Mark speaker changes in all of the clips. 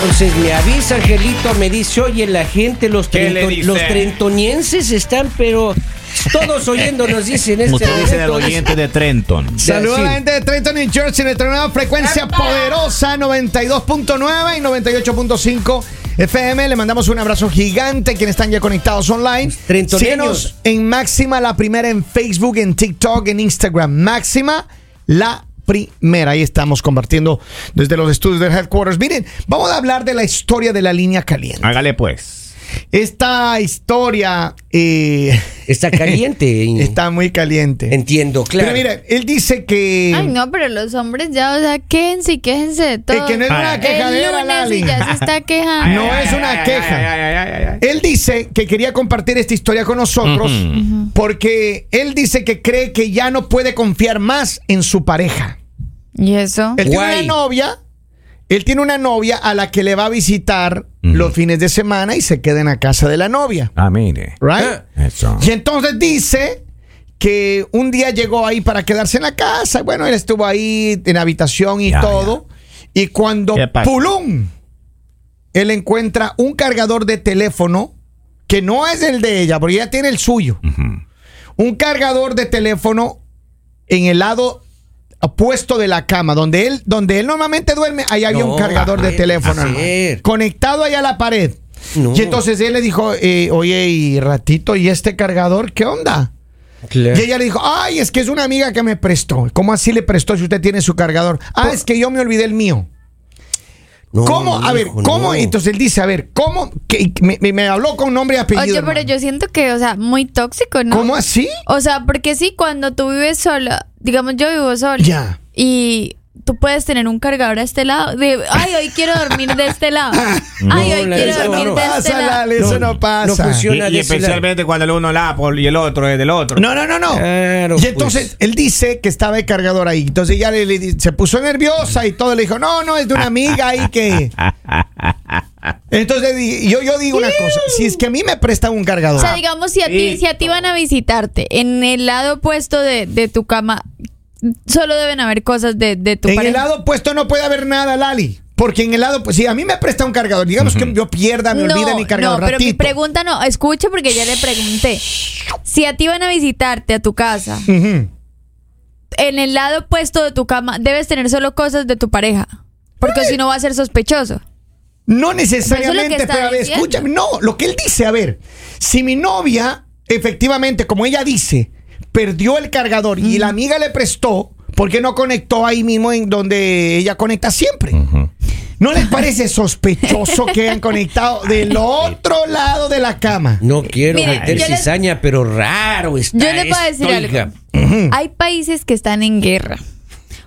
Speaker 1: Entonces me avisa Angelito, me dice, oye, la gente, los,
Speaker 2: ¿Qué le
Speaker 1: trento-
Speaker 2: dice?
Speaker 1: los trentonienses están, pero todos oyéndonos, dicen este
Speaker 3: Como te dicen el
Speaker 1: momento".
Speaker 3: oyente de Trenton.
Speaker 1: Sí,
Speaker 4: Saludos a la
Speaker 1: sí.
Speaker 4: gente de Trenton y Church en nuestra nueva frecuencia poderosa 92.9 y 98.5 FM. Le mandamos un abrazo gigante a quienes están ya conectados online.
Speaker 1: trentoneños.
Speaker 4: Síguenos en Máxima la Primera en Facebook, en TikTok, en Instagram. Máxima la Primera. Ahí estamos compartiendo desde los estudios del headquarters. Miren, vamos a hablar de la historia de la línea
Speaker 1: Ah.
Speaker 4: caliente.
Speaker 3: Hágale pues.
Speaker 4: Esta historia eh,
Speaker 1: Está caliente. y-
Speaker 4: está muy caliente.
Speaker 1: Entiendo, claro.
Speaker 4: Pero mire, él dice que...
Speaker 5: Ay, no, pero los hombres ya, o sea, quéjense y quéjense de todo.
Speaker 4: que no es una
Speaker 3: Ah.
Speaker 4: quejadera,
Speaker 5: El lunes
Speaker 4: Lali.
Speaker 5: y ya se está quejando.
Speaker 4: No es una queja. Él dice que quería compartir esta historia con nosotros
Speaker 3: Ujú.
Speaker 4: porque él dice que cree que ya no puede confiar más en su pareja.
Speaker 5: ¿Y eso?
Speaker 4: Él tiene
Speaker 1: Guay.
Speaker 4: una novia, él tiene una novia a la que le va a visitar
Speaker 3: Ujú.
Speaker 4: los fines de semana y se queda en la casa de la novia,
Speaker 3: Ah, mire.
Speaker 4: right?
Speaker 3: Eso.
Speaker 4: Y entonces dice que un día llegó ahí para quedarse en la casa. Bueno, él estuvo ahí en la habitación y
Speaker 3: Ya,
Speaker 4: todo. Y cuando
Speaker 3: ¿Qué pasa?
Speaker 4: ¡pulum! Él encuentra un cargador de teléfono que no es el de ella, porque ella tiene el suyo.
Speaker 3: Ujú.
Speaker 4: Un cargador de teléfono en el lado opuesto de la cama, donde él, donde él normalmente duerme, ahí había
Speaker 1: No,
Speaker 4: un cargador de
Speaker 1: ajá,
Speaker 4: teléfono.
Speaker 1: ajá.
Speaker 4: hermano, Conectado ahí a la pared.
Speaker 1: No.
Speaker 4: Y entonces él le dijo, eh, oye, y ratito, ¿y este cargador qué onda?
Speaker 1: Claro.
Speaker 4: Y ella le dijo, ay, es que es una amiga que me prestó. ¿Cómo así le prestó si usted tiene su cargador? Ah, es que yo me olvidé el mío.
Speaker 1: No,
Speaker 4: ¿Cómo? A ver,
Speaker 1: hijo,
Speaker 4: ¿cómo?
Speaker 1: no.
Speaker 4: Entonces él dice, a ver, ¿cómo? Que- me, me- me habló con nombre y apellido.
Speaker 5: Oye, pero
Speaker 4: hermano.
Speaker 5: yo siento que, o sea, muy tóxico, ¿no?
Speaker 4: ¿Cómo así?
Speaker 5: O sea, porque sí, cuando tú vives sola, digamos yo vivo sola.
Speaker 4: Ya.
Speaker 5: Y tú puedes tener un cargador a este lado. de, ay, hoy quiero dormir de este lado. ay, hoy
Speaker 1: No,
Speaker 5: quiero
Speaker 1: eso
Speaker 5: dormir
Speaker 1: no
Speaker 5: de este
Speaker 4: pasa,
Speaker 5: lado.
Speaker 4: Lali, eso no
Speaker 1: No
Speaker 4: pasa.
Speaker 3: Y,
Speaker 1: funciona.
Speaker 3: y
Speaker 1: decir la-
Speaker 3: especialmente cuando el uno es Apple y el otro es del otro. Eh,
Speaker 4: No, no, no, no.
Speaker 1: Claro,
Speaker 4: y entonces
Speaker 1: pues.
Speaker 4: él dice que estaba el cargador ahí. Entonces ya le, le di- se puso nerviosa y todo. Le dijo, no, no, es de una amiga ahí que. Entonces di- yo, yo digo una cosa. Si es que a mí me prestan un
Speaker 5: O
Speaker 4: cargador.
Speaker 5: sea, digamos, si a, ti, si a ti van a visitarte en el lado opuesto de, de tu cama, solo deben haber cosas de, de tu
Speaker 4: en el
Speaker 5: pareja.
Speaker 4: lado opuesto no puede haber nada, Lali. Porque en el lado, pues si a mí me presta un cargador, digamos que yo pierda, Ah, me olvida mi cargador.
Speaker 5: No, pero mi
Speaker 4: ratito.
Speaker 5: pregunta no, escucha porque ya le pregunté. Si a ti van a visitarte a tu casa,
Speaker 4: Ujú.
Speaker 5: en el lado opuesto de tu cama, debes tener solo cosas de tu pareja. Porque si no va a ser sospechoso.
Speaker 4: No necesariamente,
Speaker 5: Pero eso es lo que
Speaker 4: pero a
Speaker 5: está
Speaker 4: ver,
Speaker 5: diciendo.
Speaker 4: escúchame. No, lo que él dice, a ver, si mi novia, efectivamente, como ella dice, perdió el cargador y la amiga le prestó, ¿por qué no conectó ahí mismo en donde ella conecta siempre?
Speaker 3: Ujú.
Speaker 4: ¿No les parece sospechoso que hayan conectado del otro lado de la cama?
Speaker 1: No quiero
Speaker 5: Mira,
Speaker 1: meter
Speaker 5: yo les-
Speaker 1: cizaña, pero raro está.
Speaker 5: Yo les voy a decir
Speaker 1: esto,
Speaker 5: algo.
Speaker 1: hija.
Speaker 5: Hay países que están en guerra.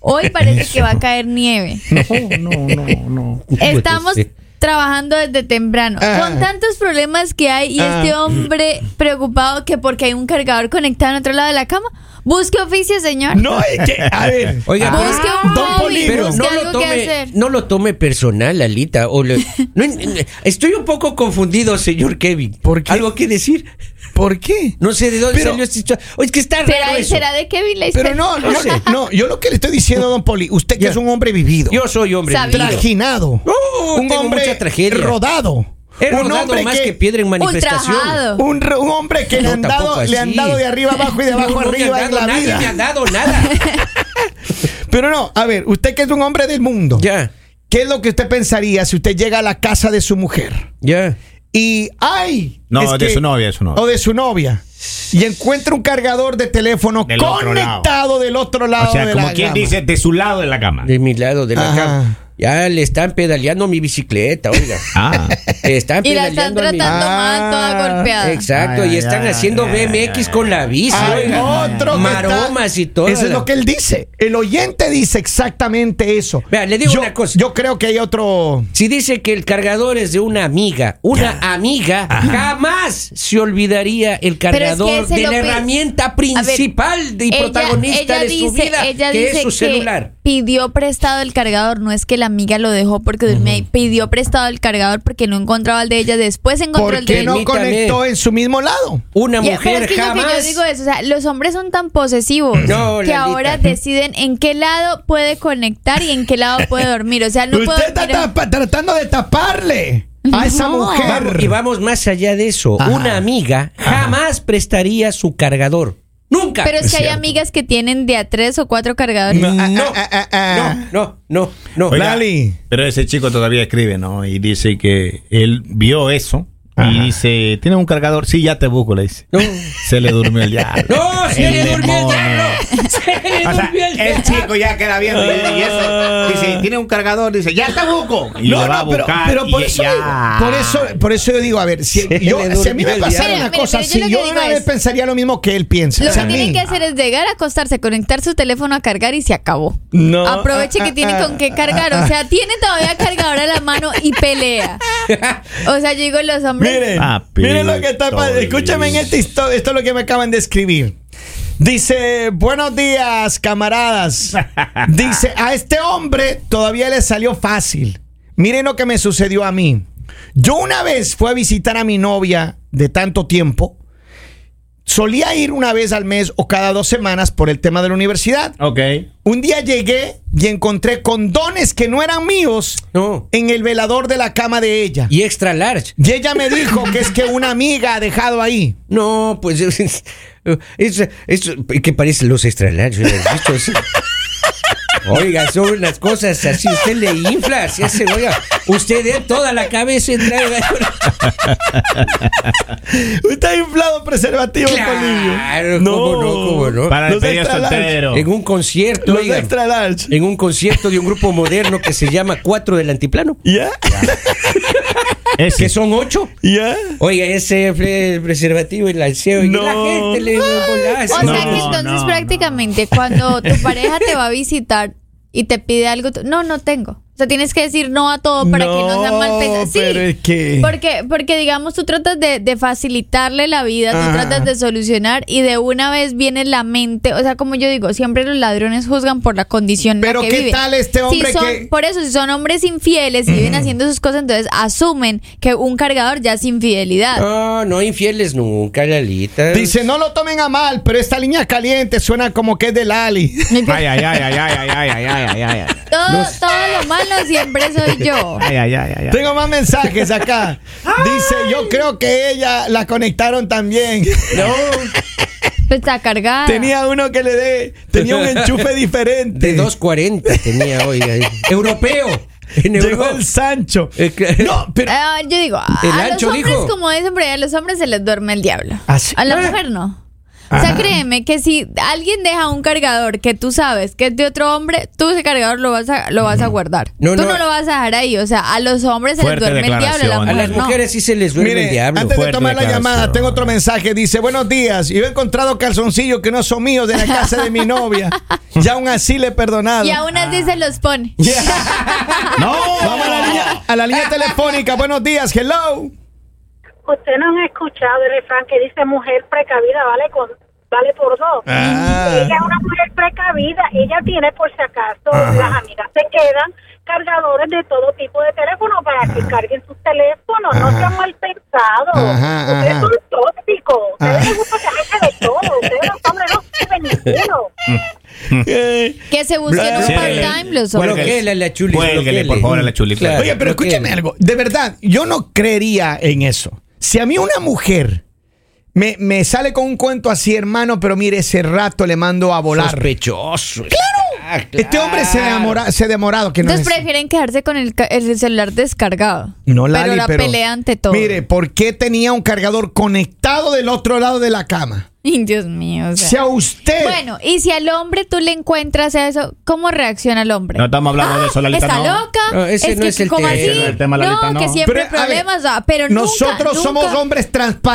Speaker 5: Hoy parece que va a caer nieve.
Speaker 4: No, no, no.
Speaker 5: Estamos
Speaker 1: Sí.
Speaker 5: trabajando desde temprano.
Speaker 4: Ah.
Speaker 5: Con tantos problemas que hay y este hombre preocupado que porque hay un cargador conectado en otro lado de la cama, busque oficio, señor.
Speaker 4: No, es que, a ver.
Speaker 1: Oiga,
Speaker 5: Ah,
Speaker 1: pero-
Speaker 5: busque un
Speaker 4: Don
Speaker 5: hobby,
Speaker 4: Poli,
Speaker 1: pero
Speaker 5: busque
Speaker 1: no
Speaker 5: algo
Speaker 1: lo,
Speaker 5: que
Speaker 1: tome,
Speaker 5: hacer.
Speaker 1: no lo tome personal, Alita. o le- no en- en- estoy un poco confundido, señor Kevin.
Speaker 4: ¿Por qué?
Speaker 1: ¿Algo que decir?
Speaker 4: ¿por qué?
Speaker 1: No sé de dónde
Speaker 4: Pero-
Speaker 1: salió esta historia. Oye, es que está raro
Speaker 5: ¿Será,
Speaker 1: eso.
Speaker 5: será de Kevin la
Speaker 4: Pero
Speaker 5: historia?
Speaker 4: no, no,
Speaker 1: sé.
Speaker 4: no, yo lo que le estoy diciendo, don Poli, usted que
Speaker 1: Ya.
Speaker 4: es un hombre vivido.
Speaker 1: Yo soy hombre.
Speaker 5: Sabido.
Speaker 1: vivido.
Speaker 4: trajinado.
Speaker 1: No,
Speaker 4: un
Speaker 1: Oh, tengo
Speaker 4: hombre
Speaker 1: mucha tragedia.
Speaker 4: rodado.
Speaker 1: He
Speaker 4: un
Speaker 1: rodado
Speaker 4: hombre
Speaker 1: más que, piedra en manifestación.
Speaker 5: Ultrajado.
Speaker 4: un, re- un hombre que
Speaker 1: No,
Speaker 4: le, han
Speaker 1: tampoco
Speaker 4: dado, le han
Speaker 1: así.
Speaker 4: dado de arriba abajo y de abajo
Speaker 1: No, no me
Speaker 4: arriba
Speaker 1: han
Speaker 4: en
Speaker 1: dado
Speaker 4: la
Speaker 1: nada,
Speaker 4: vida.
Speaker 1: me ha dado nada.
Speaker 4: Pero no, a ver, usted que es un hombre del mundo,
Speaker 1: ya,
Speaker 4: ¿qué es lo que usted pensaría si usted llega a la casa de su mujer?
Speaker 1: ya.
Speaker 4: Y ¡ay!
Speaker 3: No,
Speaker 4: es
Speaker 3: de su novia, de su novia.
Speaker 4: O de su novia. Y encuentra un cargador de teléfono
Speaker 3: Del otro
Speaker 4: conectado del otro lado.
Speaker 3: O sea,
Speaker 4: de
Speaker 3: como
Speaker 4: la
Speaker 3: quien
Speaker 4: cama.
Speaker 3: dice, de su lado de la cama.
Speaker 1: De mi lado de la
Speaker 4: Ajá.
Speaker 1: cama. Ya le están pedaleando mi bicicleta, oiga.
Speaker 3: Ah.
Speaker 1: Le están
Speaker 5: Y la
Speaker 1: pedaleando
Speaker 5: están
Speaker 1: a mi-
Speaker 5: tratando mal,
Speaker 4: Ah,
Speaker 5: toda golpeada.
Speaker 1: Exacto,
Speaker 3: Ay,
Speaker 1: y
Speaker 3: ay,
Speaker 1: están
Speaker 3: ay,
Speaker 1: haciendo
Speaker 3: ay,
Speaker 1: BMX
Speaker 3: ay,
Speaker 1: con la bici.
Speaker 4: Hay
Speaker 1: oiga.
Speaker 4: Ah, otro que está-
Speaker 1: Maromas y todo.
Speaker 4: Eso es lo que él dice. El oyente dice exactamente eso.
Speaker 1: Vea, le digo
Speaker 4: Yo-
Speaker 1: una cosa.
Speaker 4: Yo creo que hay otro.
Speaker 1: Si dice que el cargador es de una amiga, una amiga jamás se olvidaría el cargador
Speaker 5: se
Speaker 1: de la
Speaker 5: lo pi-
Speaker 1: herramienta
Speaker 5: A ver,
Speaker 1: principal y protagonista de su vida,
Speaker 5: dice-
Speaker 1: que
Speaker 5: ella
Speaker 1: es
Speaker 5: dice
Speaker 1: su celular.
Speaker 5: Pidió prestado el cargador, no es que la amiga lo dejó porque durmió ahí. Pidió prestado el cargador porque no encontraba el de ella. Después encontró
Speaker 4: ¿Por
Speaker 5: el de
Speaker 4: qué
Speaker 5: él.
Speaker 4: no
Speaker 1: Permítame.
Speaker 4: conectó en su mismo lado?
Speaker 1: Una
Speaker 5: Ya,
Speaker 1: mujer
Speaker 5: pero es que yo, que yo
Speaker 1: jamás.
Speaker 5: digo eso, o sea, los hombres son tan posesivos
Speaker 1: No,
Speaker 5: que
Speaker 1: Lalita.
Speaker 5: ahora deciden en qué lado puede conectar y en qué lado puede dormir. O sea, no puedo
Speaker 4: Usted está
Speaker 5: dormir en-
Speaker 4: tapa- tratando de taparle a esa
Speaker 5: No.
Speaker 4: mujer.
Speaker 1: Vamos- y vamos más allá de eso.
Speaker 4: Ajá.
Speaker 1: Una amiga jamás prestaría su cargador. Nunca.
Speaker 5: Pero es, que hay amigas que tienen de a tres o cuatro cargadores.
Speaker 4: No, ah,
Speaker 1: No.
Speaker 4: ah, ah, ah.
Speaker 1: No, no, no, no.
Speaker 4: Oiga, Lali.
Speaker 3: Pero ese chico todavía escribe, ¿no? Y dice que él vio eso y
Speaker 4: Ajá.
Speaker 3: dice, ¿tiene un cargador? Sí, ya te busco, le dice.
Speaker 1: No.
Speaker 3: Se le durmió el diablo.
Speaker 1: No, se le durmió el diablo. Se le
Speaker 3: O sea,
Speaker 1: durmió el diablo.
Speaker 3: el chico ya queda viendo y, y eso dice, tiene un cargador, dice, ya te busco. Y
Speaker 4: No,
Speaker 3: le va
Speaker 4: no,
Speaker 3: a
Speaker 4: pero,
Speaker 3: buscar.
Speaker 4: pero por,
Speaker 3: y
Speaker 4: eso,
Speaker 3: ya.
Speaker 4: digo- por eso por eso yo digo, a ver, si,
Speaker 1: Se
Speaker 4: yo-
Speaker 1: le
Speaker 4: si a mí
Speaker 1: durmió
Speaker 4: me
Speaker 1: el
Speaker 4: pasara
Speaker 5: diablo.
Speaker 4: una
Speaker 5: Mira,
Speaker 4: cosa
Speaker 5: mira, yo lo
Speaker 4: así,
Speaker 5: que
Speaker 4: yo
Speaker 5: digo
Speaker 4: una vez
Speaker 5: es-
Speaker 4: pensaría lo mismo que él piensa.
Speaker 5: Lo
Speaker 4: o sea,
Speaker 5: que
Speaker 4: a
Speaker 5: tienen
Speaker 4: mí.
Speaker 5: que hacer es llegar, acostarse, conectar su teléfono a cargar y se acabó.
Speaker 4: No.
Speaker 5: Aproveche que tiene con qué cargar. O sea, tiene todavía cargador a la mano y pelea. O sea, yo digo, los hombres.
Speaker 4: Miren,
Speaker 3: Papito.
Speaker 4: miren lo que está pasando. Escúchame en esta historia. Esto es lo que me acaban de escribir. Dice, buenos días, camaradas. Dice, a este hombre todavía le salió fácil. Miren lo que me sucedió a mí. Yo una vez fui a visitar a mi novia de tanto tiempo. Solía ir una vez al mes o cada dos semanas por el tema de la universidad.
Speaker 3: Ok.
Speaker 4: Un día llegué y encontré condones que no eran míos
Speaker 1: No.
Speaker 4: en el velador de la cama de ella.
Speaker 1: Y extra large.
Speaker 4: Y ella me dijo que es que una amiga ha dejado ahí.
Speaker 1: No, pues es, es- es- que parecen los extra large. ¿has visto eso? Oiga, son las cosas así. Usted le infla, se hace, oiga, usted de toda la cabeza trae.
Speaker 4: Usted ha inflado preservativo,
Speaker 1: Claro,
Speaker 4: Polillo.
Speaker 1: cómo no, cómo no.
Speaker 3: Para
Speaker 4: Los
Speaker 3: despedir a
Speaker 4: extra large.
Speaker 3: soltero.
Speaker 1: En un concierto,
Speaker 4: Los
Speaker 1: oiga,
Speaker 4: extra large.
Speaker 1: en un concierto de un grupo moderno que se llama Cuatro del Antiplano,
Speaker 4: ¿Ya?
Speaker 1: que
Speaker 3: Ese.
Speaker 1: son ocho.
Speaker 4: ¿Ya?
Speaker 1: Oiga, ese fue el preservativo y la deseo. Y
Speaker 4: No.
Speaker 1: la gente le
Speaker 5: O
Speaker 1: volazo.
Speaker 5: sea
Speaker 3: No,
Speaker 5: que entonces
Speaker 3: no,
Speaker 5: prácticamente cuando tu pareja te va a visitar y te pide algo, tú, no, no tengo. O sea, tienes que decir no a todo para que no sea mal pensado. Sí,
Speaker 4: pero es que-
Speaker 5: porque, porque digamos tú tratas de, de facilitarle la vida,
Speaker 4: Ajá.
Speaker 5: tú tratas de solucionar y de una vez viene la mente. O sea, como yo digo, siempre los ladrones juzgan por la condición en la
Speaker 4: Pero
Speaker 5: que
Speaker 4: ¿qué
Speaker 5: viven.
Speaker 4: tal este
Speaker 5: Si
Speaker 4: hombre
Speaker 5: son-
Speaker 4: que-
Speaker 5: Por eso, si son hombres infieles y viven haciendo sus cosas, entonces asumen que un cargador ya es infidelidad.
Speaker 1: No, Ah, no infieles nunca, Lalita.
Speaker 4: Dice, no lo tomen a mal, pero esta línea caliente suena como que es de Lali.
Speaker 3: Ay, ay, ay, ay, ay, ay, ay, ay, ay, ay, ay.
Speaker 4: Ah,
Speaker 5: Todo, todo lo malo siempre soy yo.
Speaker 3: Ay, ay, ay, ay, ay.
Speaker 4: Tengo más mensajes acá. Dice, yo creo que ella la conectaron también.
Speaker 1: No,
Speaker 5: Pues Está cargada.
Speaker 4: Tenía uno que le dé, tenía un enchufe diferente.
Speaker 1: de 2.40 tenía, oiga. eh. Europeo. En
Speaker 4: Llegó
Speaker 1: Europa.
Speaker 4: el Sancho.
Speaker 1: Eh, claro.
Speaker 4: No, pero
Speaker 5: Ah, yo digo, a,
Speaker 1: El
Speaker 5: a los
Speaker 1: ancho
Speaker 5: hombres,
Speaker 1: dijo.
Speaker 5: como dicen por ahí, a los hombres se les duerme el diablo.
Speaker 4: ¿Ah, sí?
Speaker 5: A la
Speaker 1: Ah.
Speaker 5: mujer no. O sea, créeme que si alguien deja un cargador que tú sabes que es de otro hombre, tú ese cargador lo vas a, lo vas a guardar.
Speaker 1: No,
Speaker 5: tú
Speaker 1: no.
Speaker 5: no. lo vas a dejar ahí. O sea, a los hombres se les
Speaker 3: Fuerte
Speaker 5: duerme el diablo.
Speaker 3: declaración.
Speaker 1: A
Speaker 5: mujer
Speaker 1: las
Speaker 5: no.
Speaker 1: mujeres sí se les duerme
Speaker 4: Mire,
Speaker 1: el diablo.
Speaker 4: antes de
Speaker 3: Fuerte
Speaker 4: tomar la
Speaker 3: declaración.
Speaker 4: llamada, tengo otro mensaje. Dice, buenos días. Yo he encontrado calzoncillos que no son míos de la casa de mi novia. Y aún así le he perdonado.
Speaker 5: Y aún así se los pone.
Speaker 3: No.
Speaker 4: Vamos a la, línea, a la línea telefónica. Buenos días, hello.
Speaker 2: Usted no ha escuchado el refrán que dice mujer precavida vale con vale por dos.
Speaker 4: Ah.
Speaker 2: Ella es una mujer precavida, ella tiene por si acaso, las amigas se quedan cargadores de todo tipo de teléfono para que carguen sus teléfonos, no sean mal pensados.
Speaker 4: Ajá,
Speaker 2: ustedes
Speaker 4: ajá.
Speaker 2: son tóxicos, ustedes
Speaker 4: Ah.
Speaker 2: les gusta que hagan de todo, ustedes los hombres no sirven ninguno.
Speaker 4: Eh,
Speaker 5: Que se busquen un
Speaker 4: Sí.
Speaker 5: part-time los
Speaker 1: Bueno,
Speaker 3: Cuélguele.
Speaker 5: hombres.
Speaker 1: bloquéale a la chuli.
Speaker 3: Cuélguele,
Speaker 1: bloquéale.
Speaker 3: por favor, a la chuli,
Speaker 1: Claro,
Speaker 4: Oye, pero
Speaker 1: bloquéale.
Speaker 4: escúchame algo. De verdad, yo no creería en eso. Si a mí una mujer me, me sale con un cuento así, hermano, pero mire, ese rato le mando a volar.
Speaker 1: Sospechoso. ¡Claro!
Speaker 4: Este hombre se, enamora, se ha demorado. Que no
Speaker 5: Entonces
Speaker 4: es-
Speaker 5: prefieren quedarse con el, ca- el celular descargado.
Speaker 4: No, Lali,
Speaker 5: pero la pelea ante todo.
Speaker 4: Mire, ¿por qué tenía un cargador conectado del otro lado de la cama?
Speaker 5: Ay, Dios mío. o sea.
Speaker 4: Si a
Speaker 3: Eh.
Speaker 4: usted.
Speaker 5: Bueno, y si al hombre tú le encuentras eso, ¿cómo reacciona el hombre?
Speaker 3: No estamos hablando de eso, Lalita,
Speaker 5: Está
Speaker 3: no.
Speaker 5: loca.
Speaker 1: No, ese
Speaker 5: es
Speaker 1: no
Speaker 5: que,
Speaker 1: es el
Speaker 5: ¿cómo
Speaker 1: tema.
Speaker 5: así?
Speaker 1: Ese no
Speaker 3: es el tema, Lalita,
Speaker 5: que
Speaker 3: no.
Speaker 5: siempre
Speaker 4: Pero, a ver,
Speaker 5: problemas, ah, pero nunca,
Speaker 4: nosotros
Speaker 5: nunca.
Speaker 4: somos hombres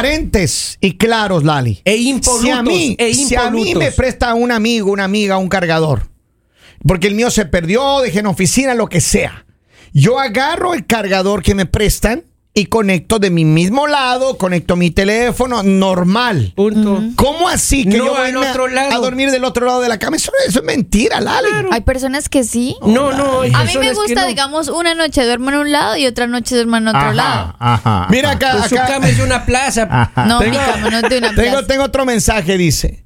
Speaker 4: transparentes y claros, Lali.
Speaker 1: E impolutos,
Speaker 4: Si a mí,
Speaker 1: e
Speaker 4: si a mí
Speaker 1: impolutos.
Speaker 4: me presta un amigo, una amiga, un cargador, porque el mío se perdió, dejé en oficina, lo que sea. Yo agarro el cargador que me prestan y conecto de mi mismo lado, conecto mi teléfono normal.
Speaker 1: Punto.
Speaker 4: ¿Cómo así que
Speaker 1: No
Speaker 4: yo voy
Speaker 1: al
Speaker 4: a-
Speaker 1: otro lado.
Speaker 4: a dormir del otro lado de la cama? Eso, eso es mentira, Lali.
Speaker 5: Hay personas que sí.
Speaker 1: No, no. hay
Speaker 5: A mí me
Speaker 1: personas que
Speaker 5: gusta,
Speaker 1: no.
Speaker 5: digamos, una noche duermo en un lado y otra noche duermo en otro lado.
Speaker 3: ajá.
Speaker 4: Ah, Mira acá,
Speaker 1: Pues su
Speaker 4: acá.
Speaker 1: cama es una plaza.
Speaker 3: Ajá.
Speaker 5: No,
Speaker 4: Tengo-
Speaker 5: mi cama no es de una
Speaker 4: Tengo,
Speaker 5: plaza.
Speaker 4: tengo otro mensaje, dice.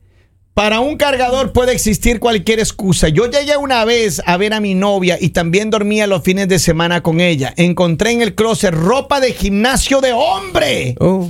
Speaker 4: Para un cargador puede existir cualquier excusa. Yo llegué una vez a ver a mi novia y también dormía los fines de semana con ella. Encontré en el closet ropa de gimnasio de hombre.
Speaker 1: Oh.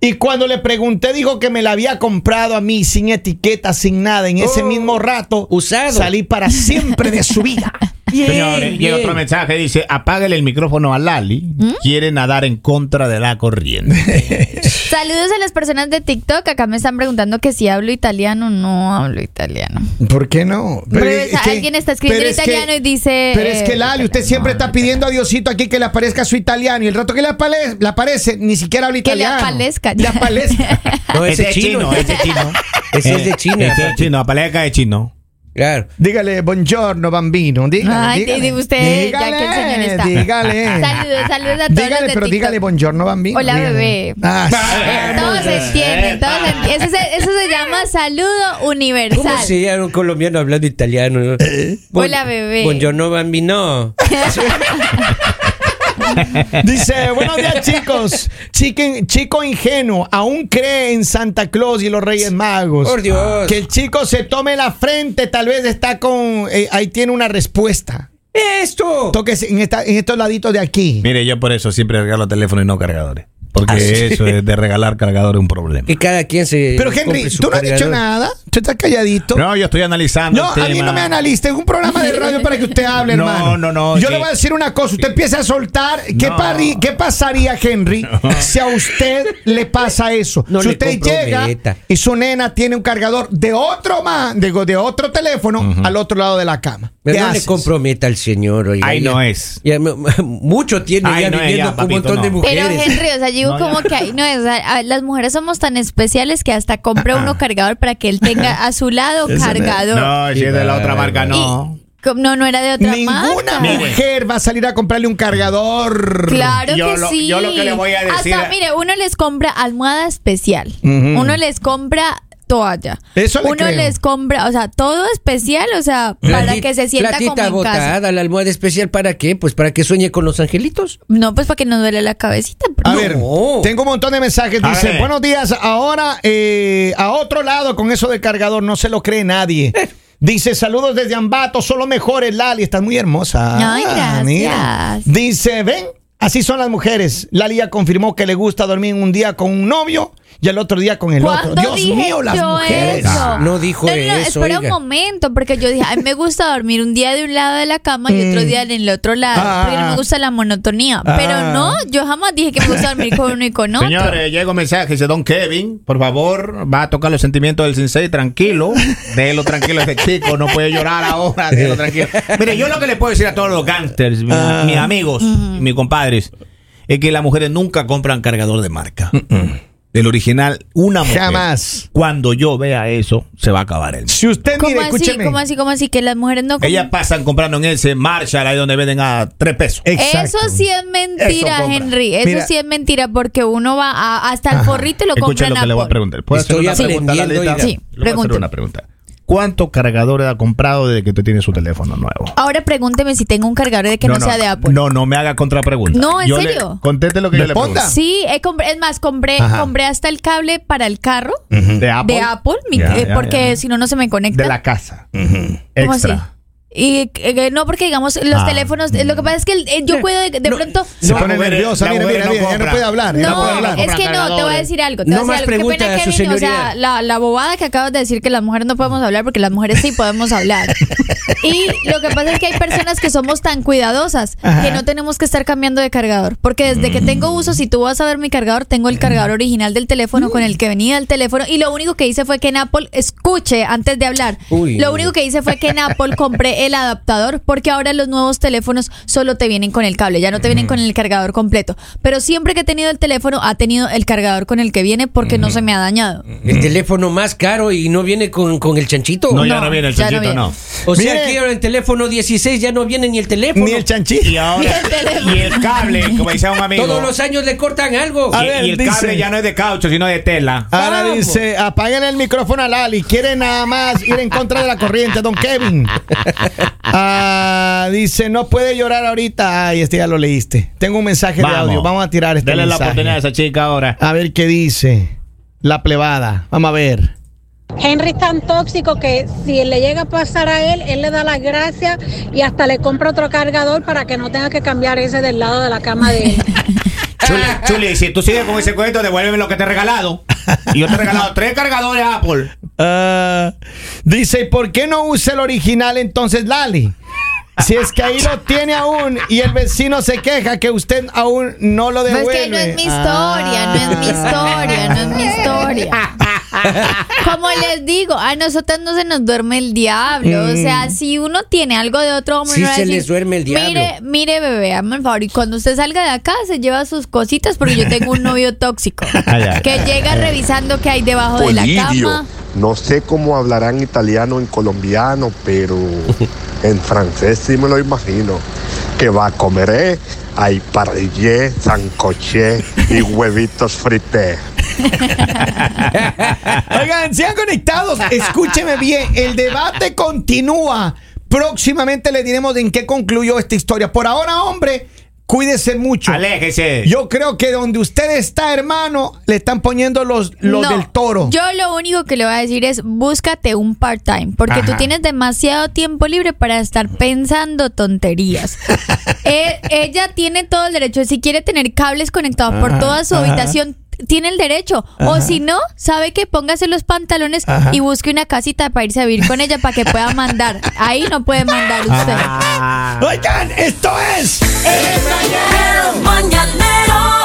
Speaker 4: Y cuando le pregunté, dijo que me la había comprado a mí sin etiqueta, sin nada. En ese
Speaker 1: Oh,
Speaker 4: mismo rato,
Speaker 1: usado.
Speaker 4: salí para siempre de su vida.
Speaker 3: Señores, llega otro mensaje, dice, apáguele el micrófono a Lali,
Speaker 1: ¿Mm?
Speaker 3: quiere nadar en contra de la corriente.
Speaker 5: Saludos a las personas de TikTok. Acá me están preguntando que si hablo italiano. No hablo italiano.
Speaker 4: ¿Por qué no?
Speaker 5: Pero es- alguien está escribiendo en italiano y dice,
Speaker 4: Pero es que
Speaker 5: eh,
Speaker 4: Lali, usted siempre está pidiendo a Diosito aquí que le aparezca su italiano. Y el rato que le, apale- le aparece, ni siquiera habla
Speaker 5: Que le
Speaker 4: italiano.
Speaker 5: aparezca.
Speaker 4: Le aparezca.
Speaker 1: No, ese es chino.
Speaker 3: ese es chino. Eh,
Speaker 1: Ese
Speaker 4: Eh,
Speaker 1: es de China.
Speaker 3: Ese es
Speaker 1: papi.
Speaker 3: chino, apaleca de chino.
Speaker 1: Claro.
Speaker 4: dígale, buongiorno, bambino. Dígale.
Speaker 5: Ay,
Speaker 4: dígale.
Speaker 5: di- di usted, ya que el señor está.
Speaker 4: Dígale.
Speaker 5: Saludos, saludos a todos los
Speaker 4: Dígale,
Speaker 5: de
Speaker 4: pero
Speaker 5: TikTok.
Speaker 4: dígale buongiorno, bambino.
Speaker 5: Hola,
Speaker 4: dígale.
Speaker 5: bebé.
Speaker 4: Ah, sí.
Speaker 5: Todos se entienden, todos se entienden. Eso se, eso se llama saludo universal.
Speaker 1: ¿Cómo se llama un colombiano hablando italiano? no?
Speaker 4: Eh.
Speaker 1: Bon-
Speaker 5: Hola, bebé.
Speaker 1: Buongiorno, bambino.
Speaker 4: Dice, buenos días chicos. Chiquen- chico ingenuo, aún cree en Santa Claus y los Reyes Magos.
Speaker 1: Por Dios.
Speaker 4: Pues, ah, Que el chico se tome la frente, tal vez está con... eh, ahí tiene una respuesta.
Speaker 1: ¡Esto!
Speaker 4: Toques en, esta- en estos laditos de aquí.
Speaker 3: Mire, yo por eso siempre regalo teléfono y no cargadores. Porque
Speaker 1: Ah, sí.
Speaker 3: eso es de regalar cargadores un problema.
Speaker 1: Que cada quien se.
Speaker 4: Pero
Speaker 1: compre
Speaker 4: Henry,
Speaker 1: su
Speaker 4: tú no has dicho
Speaker 1: cargador.
Speaker 4: nada. Tú estás calladito. No,
Speaker 3: No, yo estoy analizando. el
Speaker 4: a mí
Speaker 3: tema.
Speaker 4: no me analista. Es un programa de radio para que usted hable,
Speaker 3: No,
Speaker 4: hermano.
Speaker 3: no, no,
Speaker 4: Yo
Speaker 3: que-
Speaker 4: le voy a decir una cosa. Usted empieza a soltar. ¿Qué,
Speaker 3: No.
Speaker 4: pari- qué pasaría, Henry, si a usted le pasa eso?
Speaker 1: No
Speaker 4: si
Speaker 1: le
Speaker 4: usted llega
Speaker 1: comprometa.
Speaker 4: y su nena tiene un cargador de otro más, digo, de otro teléfono al otro lado de la cama.
Speaker 1: Pero
Speaker 4: ¿Qué
Speaker 1: no
Speaker 4: haces?
Speaker 1: le comprometa al señor. Oiga,
Speaker 3: Ahí
Speaker 1: Ya-
Speaker 3: no es.
Speaker 1: ya mu- mucho tiene
Speaker 3: Ahí
Speaker 1: ya
Speaker 3: no es,
Speaker 1: viviendo
Speaker 3: ya,
Speaker 1: con un
Speaker 3: papito,
Speaker 1: montón de
Speaker 3: no.
Speaker 1: mujeres.
Speaker 5: Pero Henry, o sea, yo digo
Speaker 3: No, ya.
Speaker 5: como que ahí no es. a- a- Las mujeres somos tan especiales que hasta compra
Speaker 4: Ah.
Speaker 5: uno cargador para que él tenga a su lado cargador.
Speaker 3: No, si es de la otra marca, no.
Speaker 5: Y- com- no, no era de otra
Speaker 4: Ninguna
Speaker 5: marca.
Speaker 4: mujer va a salir a comprarle un cargador.
Speaker 5: Claro
Speaker 3: Yo
Speaker 5: que
Speaker 3: lo-
Speaker 5: sí.
Speaker 3: yo lo que le voy a decir
Speaker 5: Hasta,
Speaker 3: a-
Speaker 5: mire, uno les compra almohada especial. Uno les compra toalla.
Speaker 4: Eso le
Speaker 5: Uno
Speaker 4: creo.
Speaker 5: les compra, o sea, todo especial, o sea, para
Speaker 1: Platita-
Speaker 5: que se sienta como
Speaker 1: platita ¿eh?
Speaker 5: en casa.
Speaker 1: botada, la almohada especial, ¿para qué? Pues para que sueñe con los angelitos.
Speaker 5: No, pues para que no duele la cabecita.
Speaker 4: A
Speaker 5: No.
Speaker 4: ver, tengo un montón de mensajes.
Speaker 3: A
Speaker 4: Dice,
Speaker 3: ver.
Speaker 4: buenos días. Ahora eh, a otro lado con eso del cargador, no se lo cree nadie. Dice, saludos desde Ambato, solo mejores, Lali. Estás muy hermosa. Ah,
Speaker 5: Ay, gracias.
Speaker 4: Dice, ven, así son las mujeres. Lali ya confirmó que le gusta dormir un día con un novio y al otro día con el otro.
Speaker 5: ¿Cuándo
Speaker 4: Dios
Speaker 5: dije
Speaker 4: mío, las
Speaker 5: yo
Speaker 4: mujeres.
Speaker 5: eso?
Speaker 1: No dijo eso,
Speaker 5: Espera
Speaker 1: oiga.
Speaker 5: un momento, porque yo dije, a mí me gusta dormir un día de un lado de la cama y otro día en el otro lado,
Speaker 4: Ah.
Speaker 5: porque no me gusta la monotonía.
Speaker 4: Ah.
Speaker 5: Pero no, yo jamás dije que me gusta dormir con uno y con otro.
Speaker 3: Señores, llega un mensaje, dice Don Kevin, por favor, va a tocar los sentimientos del sensei, tranquilo, déjelo tranquilo a este chico, no puede llorar ahora, déjelo tranquilo. Mire, yo lo que le puedo decir a todos los gangsters, mi-
Speaker 4: Ah.
Speaker 3: mis amigos, mis compadres, es que las mujeres nunca compran cargador de marca. Del original, una mujer.
Speaker 4: Jamás.
Speaker 3: Cuando yo vea eso, se va a acabar el
Speaker 4: Si usted,
Speaker 5: ¿Cómo
Speaker 4: mire,
Speaker 5: así?
Speaker 4: escúcheme.
Speaker 5: ¿Cómo así? ¿Cómo así? Que las mujeres no...
Speaker 3: Ellas pasan comprando en ese Marshall, ahí donde venden a tres pesos.
Speaker 4: Exacto.
Speaker 5: Eso sí es mentira,
Speaker 3: Eso compra.
Speaker 5: Henry. Eso
Speaker 4: Mira.
Speaker 5: sí es mentira porque uno va a- hasta el forrito y lo
Speaker 3: Escuchen
Speaker 5: compran
Speaker 3: lo que le voy a
Speaker 5: por-
Speaker 3: preguntar. ¿Puedo hacer
Speaker 1: Estoy
Speaker 3: una pregunta,
Speaker 1: aprendiendo, oiga.
Speaker 3: Lalita?
Speaker 5: Sí,
Speaker 3: Le voy a hacer
Speaker 5: pregunte.
Speaker 3: una pregunta. ¿Cuántos cargadores ha comprado desde que tú tienes su teléfono nuevo?
Speaker 5: Ahora pregúnteme si tengo un cargador de que no, sea de Apple.
Speaker 3: No, no me haga contrapregunta.
Speaker 5: No, ¿en
Speaker 3: Yo le-
Speaker 5: serio?
Speaker 3: conteste lo que yo le
Speaker 4: Responda.
Speaker 3: pregunto.
Speaker 5: Sí, he compr- es más, compré,
Speaker 3: Ajá.
Speaker 5: compré hasta el cable para el carro
Speaker 3: De Apple.
Speaker 5: de Apple, mi-
Speaker 3: Ya,
Speaker 5: eh,
Speaker 3: ya,
Speaker 5: porque
Speaker 3: ya.
Speaker 5: si no, no se me conecta.
Speaker 3: De la casa.
Speaker 5: ¿Cómo así?
Speaker 3: Extra.
Speaker 5: Y eh, no, porque digamos, los
Speaker 3: Ah.
Speaker 5: teléfonos, eh, lo que pasa es que el- eh, yo puedo de, de pronto...
Speaker 4: Se
Speaker 3: La
Speaker 4: pone
Speaker 3: mujer-
Speaker 4: nerviosa.
Speaker 3: la
Speaker 4: Mira,
Speaker 3: mujer
Speaker 4: mira,
Speaker 3: no
Speaker 4: mira, ya no
Speaker 3: compra.
Speaker 4: puede hablar. ya no puede
Speaker 5: No,
Speaker 4: hablar.
Speaker 5: es que no, te voy a decir algo. Te
Speaker 1: No
Speaker 5: voy a
Speaker 1: más
Speaker 5: decir algo. Qué pena,
Speaker 1: preguntas a su
Speaker 5: Kevin, o sea,
Speaker 1: señoría.
Speaker 5: la, la bobada que acabas de decir que las mujeres no podemos hablar porque las mujeres sí podemos hablar. y lo que pasa es que hay personas que somos tan cuidadosas que no tenemos que estar cambiando de cargador. Porque desde que
Speaker 1: Mm.
Speaker 5: tengo uso, si tú vas a ver mi cargador, tengo el cargador original del teléfono con el que venía el teléfono. Y lo único que hice fue que en Apple, escuche antes de hablar,
Speaker 1: Uy.
Speaker 5: lo único que hice fue que en Apple compré el adaptador, porque ahora los nuevos teléfonos solo te vienen con el cable, ya no te vienen con el cargador completo. Pero siempre que he tenido el teléfono, ha tenido el cargador con el que viene porque no se me ha dañado.
Speaker 1: El
Speaker 4: Mm.
Speaker 1: teléfono más caro y no viene con, con el chanchito.
Speaker 3: No, ya
Speaker 5: No,
Speaker 3: no viene el
Speaker 5: ya no
Speaker 3: chanchito,
Speaker 5: viene.
Speaker 3: no.
Speaker 1: O sea,
Speaker 4: Mire.
Speaker 1: aquí ahora el teléfono 16 ya no viene ni el teléfono.
Speaker 4: Ni el chanchito.
Speaker 3: Y ahora. Y el cable, como decía un amigo.
Speaker 1: Todos los años le cortan algo.
Speaker 4: A
Speaker 3: y,
Speaker 4: ver,
Speaker 3: y el
Speaker 4: dice- Ah,
Speaker 3: cable ya no es de caucho, sino de tela.
Speaker 4: Ahora
Speaker 1: Vamos.
Speaker 4: dice, apaguen el micrófono a Lali, quiere nada más ir en contra de la corriente, don Kevin. Ah, dice, no puede llorar ahorita. Ay, este ya lo leíste. Tengo un mensaje de audio, vamos a tirar este
Speaker 3: Dale la
Speaker 4: mensaje.
Speaker 3: oportunidad a esa chica ahora.
Speaker 4: A ver qué dice la plebada. Vamos a ver.
Speaker 6: Henry es tan tóxico que si le llega a pasar a él, él le da las gracias y hasta le compra otro cargador para que no tenga que cambiar ese del lado de la cama de él.
Speaker 3: Chuli, Chuli, si tú sigues con ese cuento, devuélveme lo que te he regalado. Y yo te he regalado tres cargadores Apple.
Speaker 4: Ah, dice, ¿por qué no usa el original entonces, Lali? Si es que ahí lo tiene aún y el vecino se queja que usted aún no lo
Speaker 5: Pues
Speaker 4: devuelve.
Speaker 5: que no es mi historia,
Speaker 4: Ah.
Speaker 5: no es mi historia, no es mi historia. Como les digo, a nosotros no se nos duerme el diablo. O sea, si uno tiene algo de otro hombre,
Speaker 1: Mm. Sí
Speaker 5: uno va a
Speaker 1: se les duerme el diablo.
Speaker 5: Mire, mire, bebé, hazme el favor. Y cuando usted salga de acá, se lleva sus cositas porque yo tengo un novio tóxico
Speaker 3: Ay, ay,
Speaker 5: que llega revisando qué hay debajo de la
Speaker 7: Polidio.
Speaker 5: cama.
Speaker 7: No sé cómo hablarán italiano en colombiano, pero en francés sí me lo imagino. Que va a comer, eh, hay parrillé, sancoché y huevitos frité.
Speaker 4: Oigan, sean conectados. Escúcheme bien. El debate continúa. Próximamente le diremos en qué concluyó esta historia. Por ahora, hombre, cuídese mucho.
Speaker 3: Aléjese.
Speaker 4: Yo creo que donde usted está, hermano, le están poniendo los, los
Speaker 5: No,
Speaker 4: del toro.
Speaker 5: Yo lo único que le voy a decir es búscate un part-time, porque tú
Speaker 3: Ajá.
Speaker 5: tienes demasiado tiempo libre para estar pensando tonterías. Eh, ella tiene todo el derecho, si quiere tener cables conectados por toda su habitación. Tiene el derecho. O si no, sabe que póngase los pantalones y busque una casita para irse a vivir con ella para que pueda mandar. Ahí no puede mandar usted.
Speaker 3: Ah.
Speaker 4: Oigan, esto es.
Speaker 8: El mañanero.